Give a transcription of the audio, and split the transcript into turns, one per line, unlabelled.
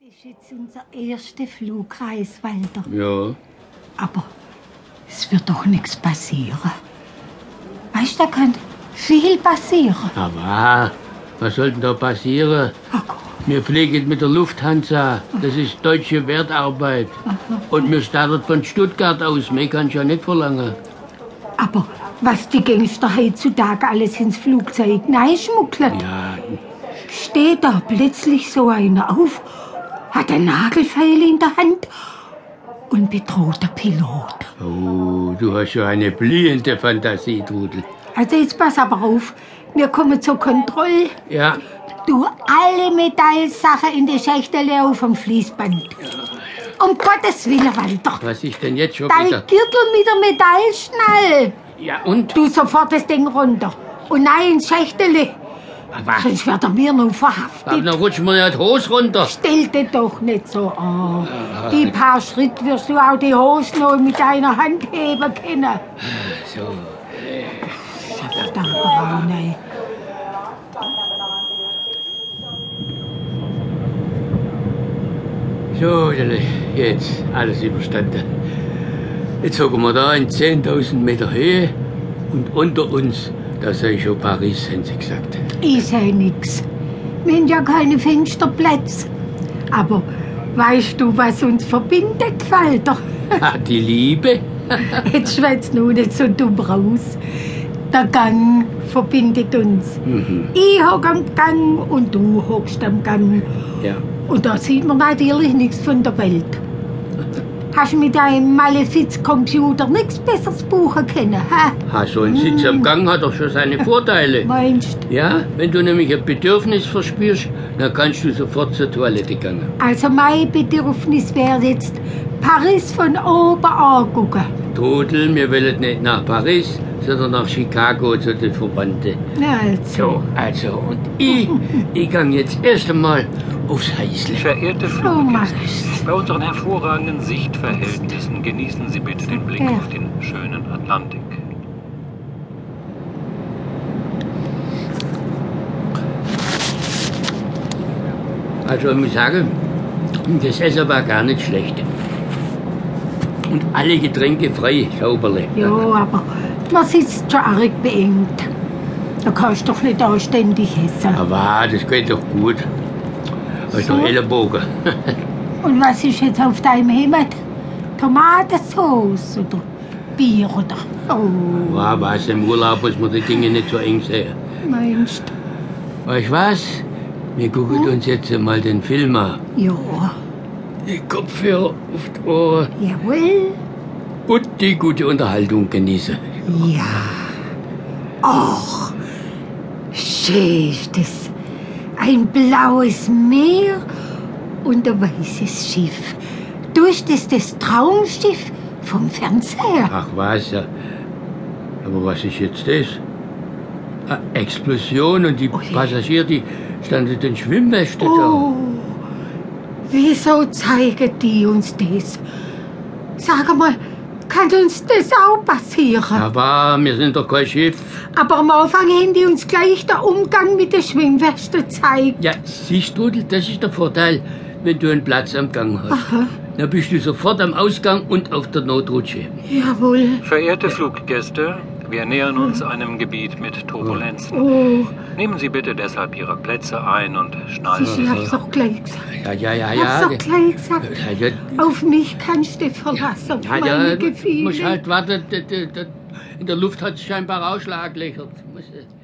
ist jetzt unser erster Flug, Reiswalder.
Ja.
Aber es wird doch nichts passieren. Weißt du, da kann viel passieren.
Aber was soll denn da passieren?
Ach Gott,
Wir fliegen mit der Lufthansa. Das ist deutsche Wertarbeit. Und wir starten von Stuttgart aus. Mehr kann ich ja nicht verlangen.
aber was die Gangster heutzutage alles ins Flugzeug schmuggeln,
Ja,
steht da plötzlich so einer auf, hat ein Nagelfeil in der Hand und bedroht der Pilot.
oh, du hast ja eine blühende Fantasie, Trudel.
Also jetzt pass aber auf, wir kommen zur Kontrolle.
Ja,
Du alle Metallsachen in die Schächtel auf dem Fließband. Um Gottes Willen, Walter.
was ist denn jetzt schon
Dein
wieder?
Gürtel mit der Metallschnall.
Ja, und?
Du sofort das Ding runter. Und nein, ins Schächtele.
Aber,
Sonst wird er mir noch verhaftet.
aber Ah. dann rutschen wir ja die Hose runter.
Stell dich doch nicht so an.
Ah,
Die paar Schritte wirst du auch die Hose noch mit deiner Hand heben können.
Ah, So.
Schafft aber auch nicht.
So, Jelle, jetzt alles überstanden. Jetzt hocken wir da in 10.000 Meter Höhe und unter uns, da sei schon Paris, haben sie gesagt.
Ist ja nix. Wir haben ja keine Fensterplätze. Aber weißt du, was uns verbindet, Falter?
Ha, Ah, die Liebe?
Jetzt schwätzt nur nicht so dumm raus. Der Gang verbindet uns.
Mhm,
Ich hock am Gang und du hockst am Gang.
Ja.
Und da sieht man natürlich nichts von der Welt. Hast du mit deinem Malefizcomputer nichts Besseres buchen können? Ha?
Ha, so ein Sitz am Gang hat doch schon seine Vorteile.
Meinst
Ja, wenn du nämlich ein Bedürfnis verspürst, dann kannst du sofort zur Toilette gehen.
Also mein Bedürfnis wäre jetzt, Paris von oben angucken.
Trudel, wir wollen nicht nach Paris, sondern nach Chicago zu den Verwandten.
Ja, jetzt.
So, also, und ich, ich gehe jetzt erst einmal aufs Häusle.
Verehrte
So
Fluggäste,
mach's.
bei unseren hervorragenden Sichtverhältnissen genießen Sie bitte den Blick
Ja.
auf den schönen Atlantik.
Also ich muss sagen, das Essen war gar nicht schlecht. Und alle Getränke frei, sauberle.
Ja, aber man sitzt schon arg beengt. Da kannst du doch nicht anständig essen.
Aber das geht doch gut. Hast
So.
doch Ellenbogen.
Und was ist jetzt auf deinem Hemd? Tomatensauce oder Bier oder... Oh,
War was, im Urlaub muss man die Dinge nicht so eng sehen.
meinst
Weißt du was? Wir
Hm?
gucken uns jetzt mal den Film an.
du? Ja,
Die Kopfhörer auf die Ohren
jawohl.
und die gute Unterhaltung genießen.
Ja. Och, schön ist es. Ein blaues Meer und ein weißes Schiff. Du ist es das Traumschiff vom Fernseher.
Ach was, ja. aber was ist jetzt das? Ah, Explosion und die Passagiere, die standen in den Schwimmwesten
Oh, wieso zeigen die uns das? Sag mal, kann uns das auch
da.
passieren?
Aber wir sind doch kein Schiff.
Aber am Anfang haben die uns gleich den Umgang mit der Schwimmweste gezeigt.
Ja, siehst du, das ist der Vorteil, wenn du einen Platz am Gang hast. Dann bist du sofort am Ausgang und auf der Notrutsche.
Jawohl.
Verehrte Fluggäste, wir nähern uns einem Gebiet mit Turbulenzen.
Oh,
Nehmen Sie bitte deshalb Ihre Plätze ein und schnallen
ich
Sie
hab's
sich.
auch gleich gesagt.
Ja, ja, ja,
Hab's
ja.
doch gleich gesagt.
Ja, ja,
Auf mich kannst du dich verlassen, auf
ja, halt
meine
ja,
Gefühle.
muss halt warten, d- d- d- in der Luft hat es scheinbar Ausschlag lächelt. Muss, äh,